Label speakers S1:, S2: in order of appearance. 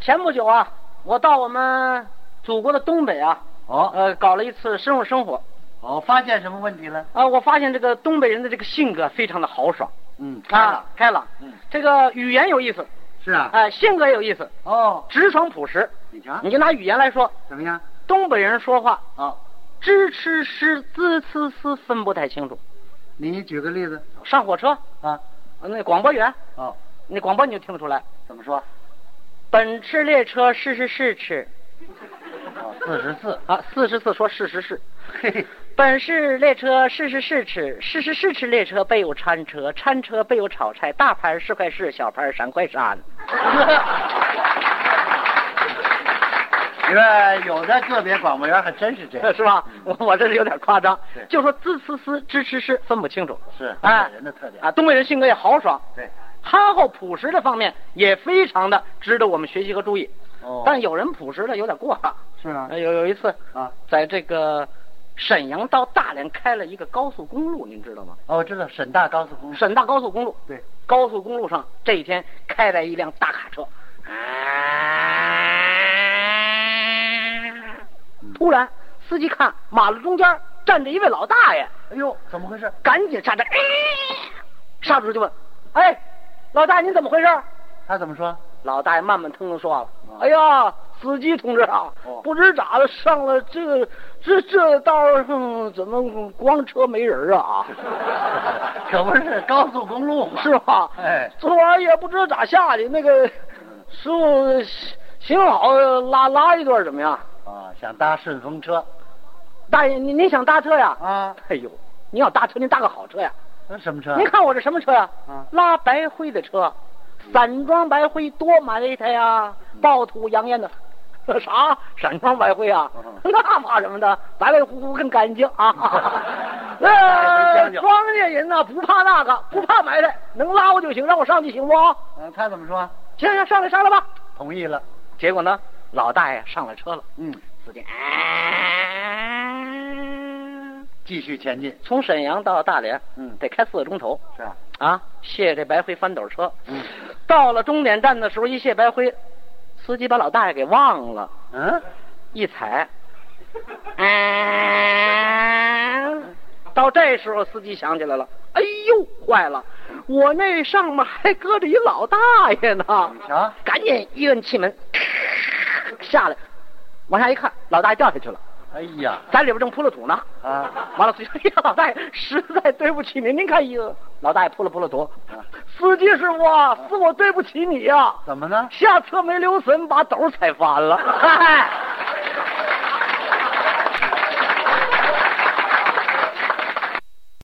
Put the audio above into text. S1: 前不久啊，我到我们祖国的东北啊，
S2: 哦
S1: 呃，搞了一次深入生活
S2: 哦，发现什么问题了？
S1: 啊、我发现这个东北人的这个性格非常的豪爽
S2: 嗯，
S1: 啊
S2: 啊，，
S1: 开朗，
S2: 嗯
S1: 这个语言有意思，
S2: 是啊，
S1: 哎、性格也有意思，
S2: 哦，
S1: 直爽朴实。
S2: 你瞧
S1: 你就拿语言来说，
S2: 怎么样？
S1: 东北人说话
S2: 哦，
S1: 支吃吃滋呲呲分不太清楚。
S2: 你举个例子
S1: 上火车，
S2: 啊？
S1: 那广播员，
S2: 哦，
S1: 那广播你就听得出来。
S2: 怎么说？
S1: 本次列车是是是吃
S2: 哦，四十 四，
S1: 啊，四十次说是是是。
S2: 嘿嘿，
S1: 本市列车是是是吃，是是是吃列车备有餐车，餐车备有炒菜，大盘是块是，小盘三块 三。
S2: 你看有的个别广播员还真是这样，
S1: 是吧？我我这是有点夸张
S2: 是，
S1: 就说滋呲呲、吱吃吃分不清楚。
S2: 是
S1: 哎，
S2: 人的特点
S1: 啊，东北人性格也豪爽，
S2: 对，
S1: 憨厚朴实的方面也非常的值得我们学习和注意。
S2: 哦
S1: 但有人朴实的有点过了。
S2: 是啊
S1: 呃有有一次，
S2: 啊，
S1: 在这个沈阳到大连开了一个高速公路，您知道吗？
S2: 哦，我知道沈大高速公路，
S1: 沈大高速公路。
S2: 对，
S1: 高速公路上这一天开来一辆大卡车，
S2: 嗯
S1: 突然司机看马路中间站着一位老大爷，
S2: 哎呦，怎么回事？
S1: 赶紧刹车，哎刹住就问：“哎，老大您怎么回事？”
S2: 他怎么 说？
S1: 老大爷慢慢腾腾说了：“
S2: 哦
S1: 哎呀，司机同志啊，
S2: 哦
S1: 不知咋的上了这个这这道儿上怎么光车没人儿啊？
S2: 可不是高速公路嘛，
S1: 是吧？
S2: 哎
S1: 这玩意儿也不知道咋下去。那个师傅行好拉拉一段怎么样？
S2: 啊，想搭顺风车
S1: 大爷，您您想搭车呀？
S2: 啊，
S1: 哎呦，您要搭车，您搭个好车呀！
S2: 那什么车
S1: 您看我这什么车呀？
S2: 啊
S1: 拉白灰的车，散装白灰多埋汰呀，暴土扬烟的。 啥散装白灰啊？
S2: 嗯
S1: 那怕什么的？白白乎乎更干净啊！
S2: 哎
S1: 那
S2: 真讲究
S1: 庄稼人呐，不怕那个，不怕埋汰，能拉我就行，让我上去行不？
S2: 嗯，他怎么说？
S1: 行行，上来上来吧。
S2: 同意了，
S1: 结果呢，老大爷上了车了，
S2: 嗯，
S1: 司机
S2: 继续前进，
S1: 从沈阳到大连，
S2: 嗯
S1: 得开四个钟头
S2: 是啊，
S1: 啊。卸这白灰翻斗车，
S2: 嗯
S1: 到了终点站的时候，一卸白灰，司机把老大爷给忘了，
S2: 嗯，
S1: 一踩，啊到这时候司机想起来了，哎呦，坏了，我那上面还搁着一老大爷呢。
S2: 你瞧，
S1: 赶紧一摁气门，下来，往下一看，老大爷掉下去了，
S2: 哎呀，
S1: 在里边正铺了土呢。
S2: 啊，
S1: 完了，司机说：“哎呀，老大爷，实在对不起您，您看一个。”老大爷扑了扑了土
S2: 啊。
S1: 司机师傅啊，是我对不起你呀、
S2: 怎么呢？
S1: 下车没留神把斗踩翻了。嗨